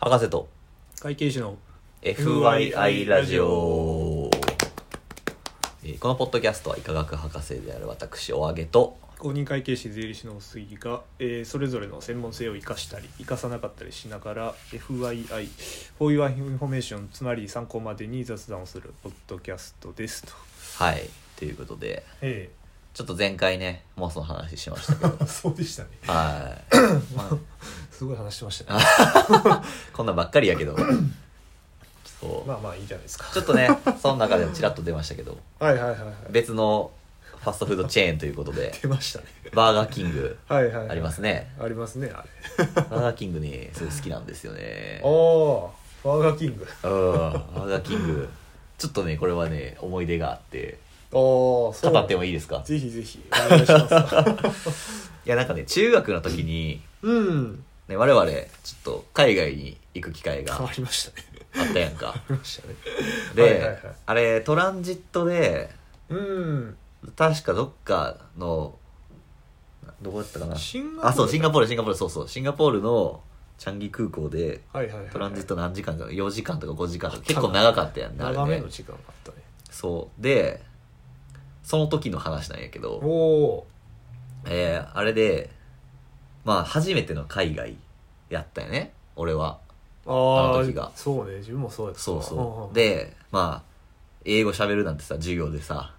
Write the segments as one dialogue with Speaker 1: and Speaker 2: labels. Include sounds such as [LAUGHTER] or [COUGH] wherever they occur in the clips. Speaker 1: 博士と
Speaker 2: 会計士の
Speaker 1: FYI ラジオえーこのポッドキャストは医科学博士である私おあげと
Speaker 2: 公認会計士税理士の杉が、えーそれぞれの専門性を生かしたり生かさなかったりしながら FYI「For Your Information」つまり参考までに雑談をするポッドキャストですと。
Speaker 1: はいということで
Speaker 2: え
Speaker 1: ちょっと前回ねモスの話しましたけど
Speaker 2: え、 [LAUGHS] そうでしたね
Speaker 1: [LAUGHS] はい、まあ
Speaker 2: すごい話してましたね
Speaker 1: こんなんばっかりやけどそう、
Speaker 2: まあまあいいじゃないですか
Speaker 1: ちょっとねその中でもちらっと出ましたけど
Speaker 2: はいはいはいはい
Speaker 1: 別のファストフードチェーンということで
Speaker 2: 出ましたね
Speaker 1: バーガーキング
Speaker 2: はいはい、はい、
Speaker 1: ありますね
Speaker 2: ありますねあれ
Speaker 1: バーガーキングにすごい好きなんですよね
Speaker 2: ああバーガーキングあ
Speaker 1: うんマガキングちょっとねこれはね思い出があって
Speaker 2: あ語
Speaker 1: 語ってもいいですか
Speaker 2: ぜひぜひお願いし [LAUGHS] ます
Speaker 1: いやなんかね中学の時に、
Speaker 2: うん
Speaker 1: ね、我々ちょっと海外に行く機会が
Speaker 2: 変
Speaker 1: あ
Speaker 2: わりましたね
Speaker 1: ったやん [LAUGHS] か
Speaker 2: 変わりましたね
Speaker 1: で、
Speaker 2: はいはいはい
Speaker 1: あれトランジットで
Speaker 2: うん
Speaker 1: 確かどっかのなどこだったかな
Speaker 2: シンガポール
Speaker 1: あそうシンガポールシンガポールそうそうシンガポールのチャンギ空港で
Speaker 2: はいはいはいはい
Speaker 1: トランジット何時間か4時間とか5時間とか結構長かったやんねあれ
Speaker 2: 長め
Speaker 1: ね
Speaker 2: の時間があったね
Speaker 1: そうでその時の話なんやけど
Speaker 2: おお
Speaker 1: えー、あれで、まあ、初めての海外やったよね、俺は。
Speaker 2: あ
Speaker 1: あ
Speaker 2: あ
Speaker 1: の時が
Speaker 2: そうね自分もそうやった
Speaker 1: そうそう。
Speaker 2: で
Speaker 1: で、まあ、英語喋るなんてさ、授業でさ、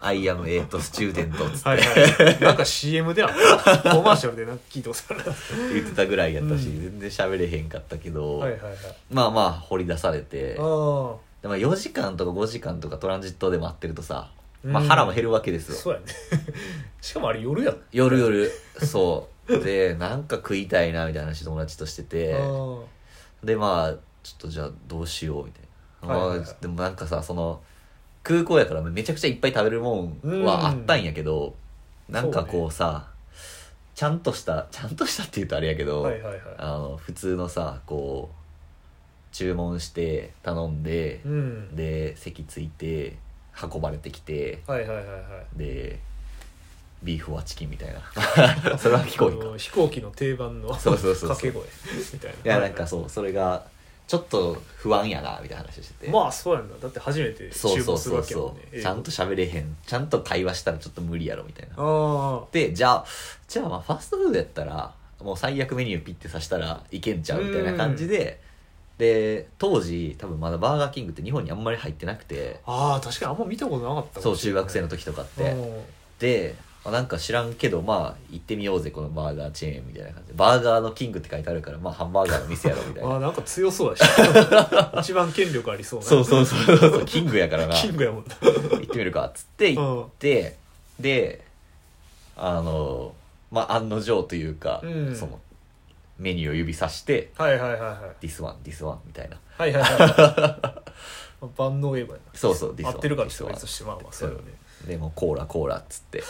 Speaker 1: I am a student つって
Speaker 2: はいはいなんか CM では
Speaker 1: [LAUGHS]
Speaker 2: コマーシャルでなんか聞いてますからは
Speaker 1: 言ってたぐらいやったし、
Speaker 2: う
Speaker 1: 全
Speaker 2: ん
Speaker 1: 然喋れへんかったけど、
Speaker 2: いはいはい
Speaker 1: まあまあ、掘り出されて、
Speaker 2: あ
Speaker 1: でまあ4時間とか5時間とかトランジットで待ってるとさ、まあ
Speaker 2: うん
Speaker 1: 腹も減るわけです
Speaker 2: あ
Speaker 1: よ。
Speaker 2: そうやね [LAUGHS] しかもあれ夜やん
Speaker 1: 夜夜、そう。で、なんか食いたいな、みたいな話友達としてて、
Speaker 2: あ
Speaker 1: でまあちょっとじゃあどうしようみたいな、
Speaker 2: はいはいはい
Speaker 1: まあでもなんかさその空港やからめちゃくちゃいっぱい食べるもんはあったんやけど、なんかこうさちゃんとしたちゃんとしたって言うとあれやけ
Speaker 2: あ
Speaker 1: ど、
Speaker 2: はいはいはい
Speaker 1: あの普通のさこう注文して頼んで
Speaker 2: う、ん
Speaker 1: で席ついて運ばれてきて
Speaker 2: はいはいはいはい
Speaker 1: でビーフはチキンみたいな [LAUGHS] それは聞こえん
Speaker 2: [LAUGHS]
Speaker 1: か
Speaker 2: あの飛行機の定番の
Speaker 1: そうそうそうそう
Speaker 2: 掛け声みたいない
Speaker 1: やなんかそうそれがちょっと不安やなみたいな話をしてて
Speaker 2: まあそうやんなだって初めて
Speaker 1: そう
Speaker 2: 注
Speaker 1: そう
Speaker 2: 文する
Speaker 1: そ
Speaker 2: わ
Speaker 1: う
Speaker 2: けやもん
Speaker 1: そ
Speaker 2: ね
Speaker 1: うちゃんと喋れへんちゃんと会話したらちょっと無理やろみたいな
Speaker 2: あ
Speaker 1: でじゃあじゃあまあファストフードやったらもう最悪メニューピッてさしたらいけんちゃうみたいな感じでで当時多分まだバーガーキングって日本にあんまり入ってなくて
Speaker 2: あああ確かにあんま見たことなかったか
Speaker 1: そ
Speaker 2: も
Speaker 1: う
Speaker 2: しれ
Speaker 1: 中
Speaker 2: ない
Speaker 1: 学生の時とかって
Speaker 2: うん
Speaker 1: でまあなんか知らんけどまあ行ってみようぜこのバーガーチェーンみたいな感じでバーガーのキングって書いてあるからまあハンバーガーの店やろみたい
Speaker 2: あ
Speaker 1: な
Speaker 2: ーなんか強そうだし
Speaker 1: [LAUGHS]
Speaker 2: 一番権力あ [LAUGHS] りそうな
Speaker 1: そうそうそうそうキングやから
Speaker 2: [LAUGHS]
Speaker 1: な
Speaker 2: キングやもん
Speaker 1: [LAUGHS]
Speaker 2: な
Speaker 1: 行ってみるかっつって行って、であのまあ案の定というか、
Speaker 2: うん
Speaker 1: そのメニューを指さして
Speaker 2: はいはいはいはい
Speaker 1: 「this one this one」みたいな
Speaker 2: はいはいはい万能エヴァやな
Speaker 1: そうそう this
Speaker 2: 合
Speaker 1: one
Speaker 2: ってるか
Speaker 1: this
Speaker 2: ら
Speaker 1: one
Speaker 2: 別としてまあまあそうよね
Speaker 1: でもうコーラコーラっつって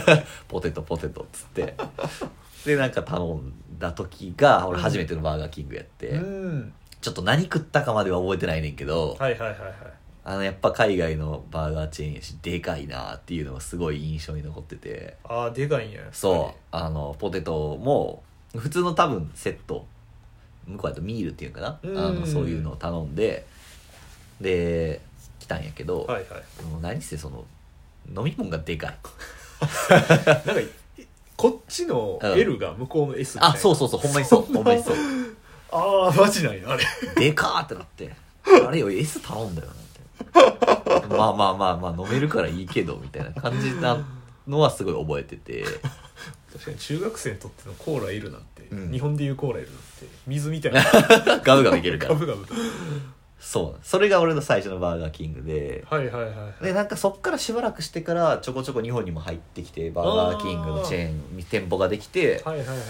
Speaker 2: [LAUGHS]
Speaker 1: ポテトポテトっつってでなんか頼んだ時が俺初めてのバーガーキングやって、
Speaker 2: うん
Speaker 1: ちょっと何食ったかまでは覚えてないねんけど、
Speaker 2: はいはいはいはい
Speaker 1: あのやっぱ海外のバーガーチェーンやしでかいなっていうのがすごい印象に残ってて
Speaker 2: ああでかいんや
Speaker 1: そうあのポテトも普通の多分セット向こうやとミールっていうのかな、
Speaker 2: うん
Speaker 1: あのそういうのを頼んでで来たんやけど、
Speaker 2: はいはい
Speaker 1: もう何せその飲み物がでかい
Speaker 2: なんかいこっちの
Speaker 1: うん
Speaker 2: L が向こうの S みたい
Speaker 1: あ
Speaker 2: な
Speaker 1: そうそうそうほんまにそう
Speaker 2: [LAUGHS] そんな
Speaker 1: ほんまにそう
Speaker 2: ああマジなんやあれ
Speaker 1: でかーってなってあれよ S 頼んだよなみた
Speaker 2: [LAUGHS]
Speaker 1: いなまあまあまあまあ飲めるからいいけどみたいな感じなのはすごい覚えてて
Speaker 2: 確かに中学生にとってのコーラいるなんて、
Speaker 1: うん
Speaker 2: 日本でいうコーラいるなんて水みたいな
Speaker 1: ガブガブいけるか
Speaker 2: ガ [LAUGHS]
Speaker 1: ら
Speaker 2: ブガブ
Speaker 1: そうそれが俺の最初のバーガーキングで
Speaker 2: はいはいはいはい
Speaker 1: でなんかそっからしばらくしてからちょこちょこ日本にも入ってきてバーガーキングのチェーンに店舗ができて
Speaker 2: はいはいはいはい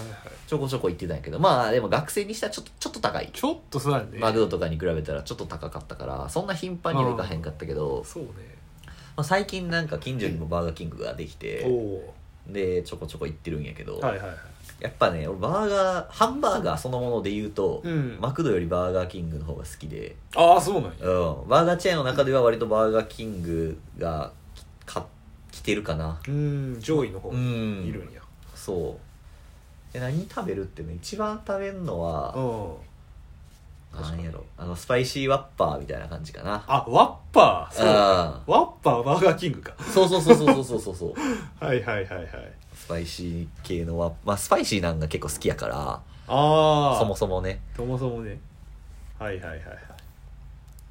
Speaker 1: ちょこちょこ行ってたんやけどまあでも学生にしたらちょっとちょっと高い
Speaker 2: ちょっとそうやね
Speaker 1: マグロとかに比べたらちょっと高かったからそんな頻繁には行かへんかったけど、
Speaker 2: そうね
Speaker 1: まあ、最近なんか近所にもバーガーキングができ
Speaker 2: お
Speaker 1: て
Speaker 2: お
Speaker 1: でちょこちょこ行ってるんやけど、
Speaker 2: ーはいはいはい
Speaker 1: やっぱね俺バーガーハンバーガーそのもので言うと、
Speaker 2: うん
Speaker 1: マクドよりバーガーキングの方が好きで
Speaker 2: ああそうなんや
Speaker 1: うん、バーガーチェーンの中では割とバーガーキングがか来てるかな
Speaker 2: うん上位の方
Speaker 1: う
Speaker 2: に
Speaker 1: ん
Speaker 2: いるんや
Speaker 1: そうで何食べるってね一番食べるのは、
Speaker 2: うん
Speaker 1: あなんやろあのスパイシーワッパーみたいな感じかな
Speaker 2: あワッパーそう
Speaker 1: あ
Speaker 2: ワッパーバーガーキングか
Speaker 1: そうそうそうそうそうそうそう
Speaker 2: はいはいはいはい
Speaker 1: スパイシー系のワッまあスパイシーなんが結構好きやから
Speaker 2: ああ
Speaker 1: そもそもね
Speaker 2: そもそもねはいはいはいはい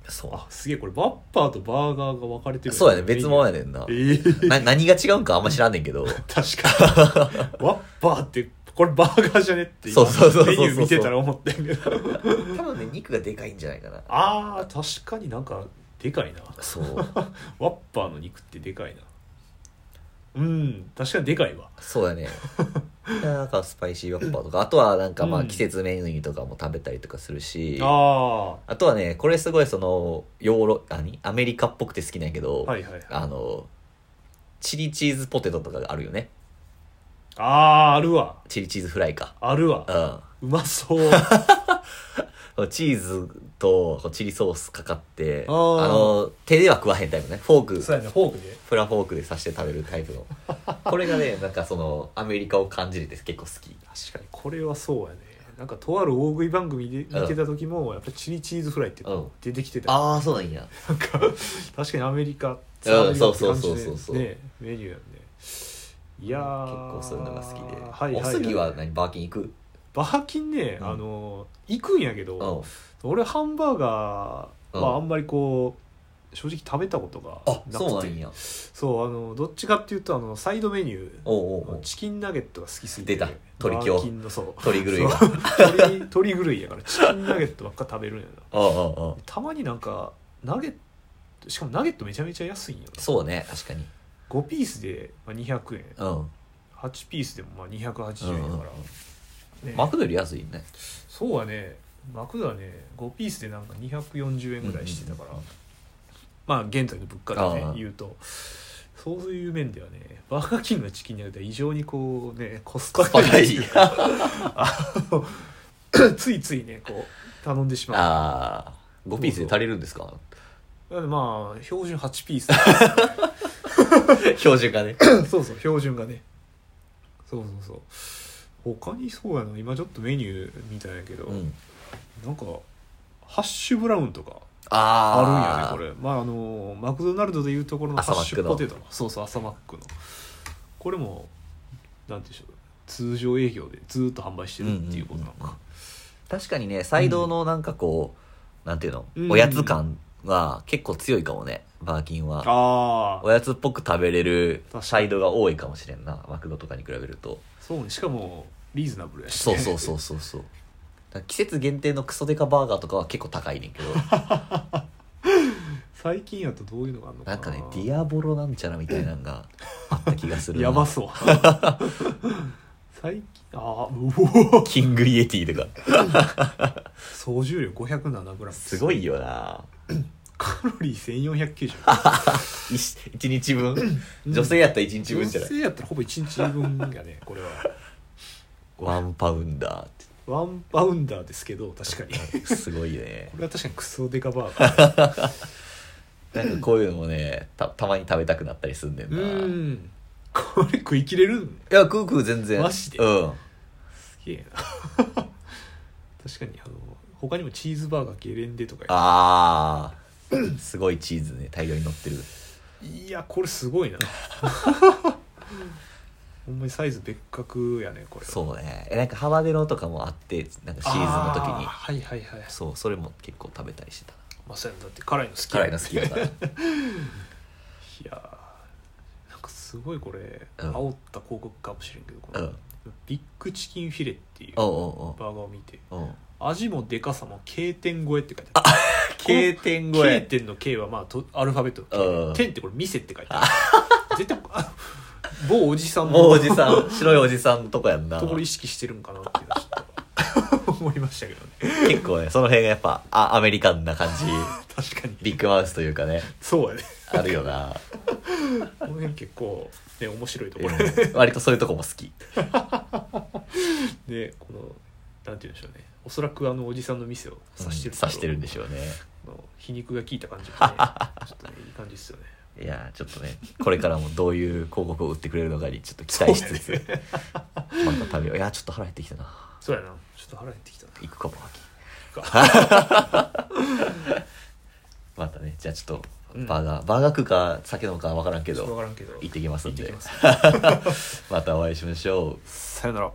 Speaker 1: そ
Speaker 2: あすげえこれワッパーとバーガーが分かれて
Speaker 1: う
Speaker 2: る
Speaker 1: そうやね別物やねんな
Speaker 2: えー、
Speaker 1: な何が違うんかあんま知らんねんけど
Speaker 2: 確か
Speaker 1: [LAUGHS]
Speaker 2: にワッパーってこれバーガーじゃねって今
Speaker 1: そうそうそうそう
Speaker 2: メニュー見てたら思ってんけど
Speaker 1: 多分ね肉がでかいんじゃないかな
Speaker 2: あー確かになんかでかいな
Speaker 1: そう
Speaker 2: ワッパーの肉ってでかいなうん確かにでかいわ
Speaker 1: そうや [LAUGHS] ねなんかスパイシーワッパーとかあとはなんかま
Speaker 2: う
Speaker 1: あ
Speaker 2: ん
Speaker 1: 季節メニューとかも食べたりとかするし、
Speaker 2: あ
Speaker 1: あとはねこれすごいそのヨーロあにアメリカっぽくて好きなんやけど、
Speaker 2: あはいはいはいあ
Speaker 1: あのチリチーズポテトとかがあるよね
Speaker 2: あーあるわ
Speaker 1: チリチーズフライか
Speaker 2: あるわ
Speaker 1: う
Speaker 2: う
Speaker 1: [LAUGHS]
Speaker 2: まそう
Speaker 1: んチーズとこうチリソースかかって
Speaker 2: あ
Speaker 1: あ
Speaker 2: ー
Speaker 1: の手では食わへんタイプねフォーク
Speaker 2: そうやねフォークで
Speaker 1: フラフォークで刺して食べるタイプの
Speaker 2: [LAUGHS]
Speaker 1: これがねなんかそのアメリカを感じれて結構好き
Speaker 2: 確かにこれはそうやねなんかとある大食い番組で見てた時もやっぱチリチーズフライって
Speaker 1: うん
Speaker 2: 出てきてた
Speaker 1: ああそうなんや
Speaker 2: なんか確かにアメリカ
Speaker 1: うん
Speaker 2: そうそう
Speaker 1: そ
Speaker 2: そうう
Speaker 1: そ
Speaker 2: そうう
Speaker 1: そ
Speaker 2: そううねメニューやねいや
Speaker 1: 結
Speaker 2: ー
Speaker 1: 構そういうのが好きで、
Speaker 2: はいはい、はい、
Speaker 1: おすぎは何バーキン行く
Speaker 2: バーキンね、
Speaker 1: うん
Speaker 2: あの行くんやけ
Speaker 1: う
Speaker 2: ど
Speaker 1: ん
Speaker 2: 俺ハンバーガー
Speaker 1: うん
Speaker 2: はあんまりこう正直食べたことが
Speaker 1: あ
Speaker 2: なくて
Speaker 1: そうなんや
Speaker 2: そうあのどっちかっていうとあのサイドメニュー
Speaker 1: おうおうおう
Speaker 2: チキンナゲットが好きすぎて
Speaker 1: 出た鳥京
Speaker 2: バーキンのそう
Speaker 1: 鳥狂いが
Speaker 2: そう鳥鳥狂いやからチキンナゲットばっか食べるんやな
Speaker 1: ああああ
Speaker 2: たまになんかナゲットしかもナゲットめちゃめちゃ安いんよな
Speaker 1: そうね確かに
Speaker 2: 5ピースでまあ200円
Speaker 1: うん
Speaker 2: 8ピースでもまあ280円やから、ね
Speaker 1: マクドより安いね
Speaker 2: そうはねマクドはね5ピースでなんか240円ぐらいしてたから、
Speaker 1: うんうん
Speaker 2: まあ現在の物価で
Speaker 1: ああ
Speaker 2: ね言うとそういう面ではねバーガーキングのチキンになると異常にこうねコスパがい
Speaker 1: [LAUGHS]
Speaker 2: い
Speaker 1: コス
Speaker 2: あの [LAUGHS] ついついねこう頼んでしまう
Speaker 1: ああ5ピースで足りるんですか
Speaker 2: なのでまあ標準8ピース
Speaker 1: [LAUGHS] 標準がね
Speaker 2: そうそう標準がねそうそうそう他にそうやな今ちょっとメニューみたいやけど、
Speaker 1: うん
Speaker 2: なんかハッシュブラウンとかあ
Speaker 1: ああ
Speaker 2: るんやねこれまああのマクドナルドでいうところの
Speaker 1: 朝
Speaker 2: ハ
Speaker 1: マ
Speaker 2: ッ
Speaker 1: ッ
Speaker 2: シ
Speaker 1: ク
Speaker 2: ュ
Speaker 1: の
Speaker 2: ポテトそうそう朝マックのこれもなんていうんでしょう通常営業でずっと販売してるっていうことなの
Speaker 1: うんうんうん
Speaker 2: か
Speaker 1: 確かにねサイドのなんかこう、なんていうの
Speaker 2: うん
Speaker 1: おやつ感は結構強いかもねバーキンは
Speaker 2: ああ
Speaker 1: おやつっぽく食べれる
Speaker 2: 確かに
Speaker 1: サイドが多いかもしれんなマクドとかに比べると
Speaker 2: そうねしかもリーズナブルやし
Speaker 1: そうそう
Speaker 2: う
Speaker 1: そうそうそうだから季節限定のクソデカバーガーとかは結構高いねんけど
Speaker 2: [LAUGHS] 最近やとどういうのがあるのか
Speaker 1: な
Speaker 2: なん
Speaker 1: かねディアボロなんちゃらみたいなのがあった気がするな
Speaker 2: [LAUGHS] やばそう最近ああうお
Speaker 1: キングイエティとか
Speaker 2: 総重量 507g
Speaker 1: すごいよな
Speaker 2: カロリー1490
Speaker 1: [LAUGHS] 1, 日分女性やったら1日分じゃない
Speaker 2: 女性やったらほぼ1日分がねこれは
Speaker 1: ワンパウンダーっ
Speaker 2: ワンパウンダーですけど確かにこ
Speaker 1: てすごいね
Speaker 2: れは確かにクソデカバーガー
Speaker 1: なんかこういうのもねたたまに食べたくなったりすんねん
Speaker 2: う
Speaker 1: な、い
Speaker 2: ーんこれ食い切れるん
Speaker 1: やクークー全然
Speaker 2: マジで
Speaker 1: うん
Speaker 2: すげえな確かにあの他にもチーズバーガーゲレンデとか
Speaker 1: あーすごいチーズね大量に乗ってる
Speaker 2: いやこれすごいなほんまにサイズ別格やねこれは
Speaker 1: そうねえなんかハバネロとかもあってなんかシーズンの時に
Speaker 2: あーはいはいはい
Speaker 1: そうそれも結構食べたりしてたな
Speaker 2: まさやだって辛いの好き
Speaker 1: 辛いの好きだから
Speaker 2: [LAUGHS] いやーなんかすごいこれ、
Speaker 1: うん
Speaker 2: 煽った広告かもしれんけどこの、
Speaker 1: うん
Speaker 2: ビッグチキンフィレっていうバー
Speaker 1: おう
Speaker 2: ガーを見て
Speaker 1: おうおうおう
Speaker 2: 味もでかさも K 点超えって書いてある
Speaker 1: K 点超
Speaker 2: K
Speaker 1: え
Speaker 2: 点の K はまあとアルファベットの K
Speaker 1: うん
Speaker 2: 点ってこれ店って書いてあ
Speaker 1: [LAUGHS]
Speaker 2: る絶対あ某おじさん
Speaker 1: もうお
Speaker 2: の
Speaker 1: じさん白いおじさんのとこやんな
Speaker 2: ところ意
Speaker 1: 結
Speaker 2: 識してるんかなっていうのはちょっと思いましたけど
Speaker 1: [LAUGHS]
Speaker 2: ね
Speaker 1: 構ねその辺がやっぱあアメリカンな感じ
Speaker 2: 確かに
Speaker 1: ビッグマウスというかね
Speaker 2: そうやね
Speaker 1: あるよな、
Speaker 2: この辺結構ね面白いところ
Speaker 1: うん割とそういうとこも好き
Speaker 2: でこのなんて言うんでしょうねおそらくあのおじさんの店を
Speaker 1: 刺
Speaker 2: 指してる、
Speaker 1: してるんでしょうね
Speaker 2: この皮肉が効いた感じがね
Speaker 1: [LAUGHS]
Speaker 2: ちょっとねいい感じですよね
Speaker 1: いやーちょっとねこれからもどういう広告を売ってくれるのかにちょっと期待し
Speaker 2: [LAUGHS]
Speaker 1: つつ、また食べよういやーちょっと腹減ってきたな
Speaker 2: そうやなちょっと腹減ってきたな
Speaker 1: 行くかバーキン
Speaker 2: か
Speaker 1: またねじゃあちょっ
Speaker 2: うん
Speaker 1: とバーガー、バーガー食うか酒飲むか分からんけ
Speaker 2: 分
Speaker 1: ど
Speaker 2: からんけど
Speaker 1: [LAUGHS] 行ってきますんで
Speaker 2: 行ってき
Speaker 1: またお会いしましょう
Speaker 2: さよなら